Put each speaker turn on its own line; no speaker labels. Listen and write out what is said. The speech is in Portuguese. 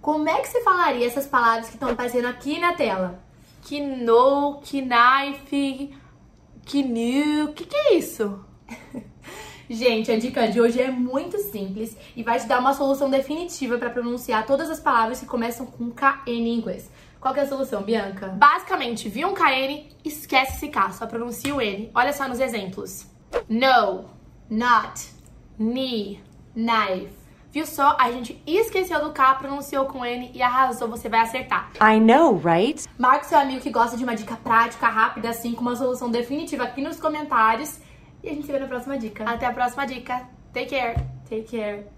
Como é que se falaria essas palavras que estão aparecendo aqui na tela?
Que no, que knife, que new. Que que é isso?
Gente, a dica de hoje é muito simples e vai te dar uma solução definitiva para pronunciar todas as palavras que começam com KN em inglês. Qual que é a solução, Bianca?
Basicamente, viu um KN, esquece esse K, só pronuncia o N. Olha só nos exemplos. No,
Not,
knee.
knife.
Viu só? A gente esqueceu do K, pronunciou com N e arrasou, você vai acertar.
I know, right?
Marque seu amigo que gosta de uma dica prática, rápida, assim, com uma solução definitiva aqui nos comentários. E a gente se vê na próxima dica.
Até a próxima dica. Take care.
Take care.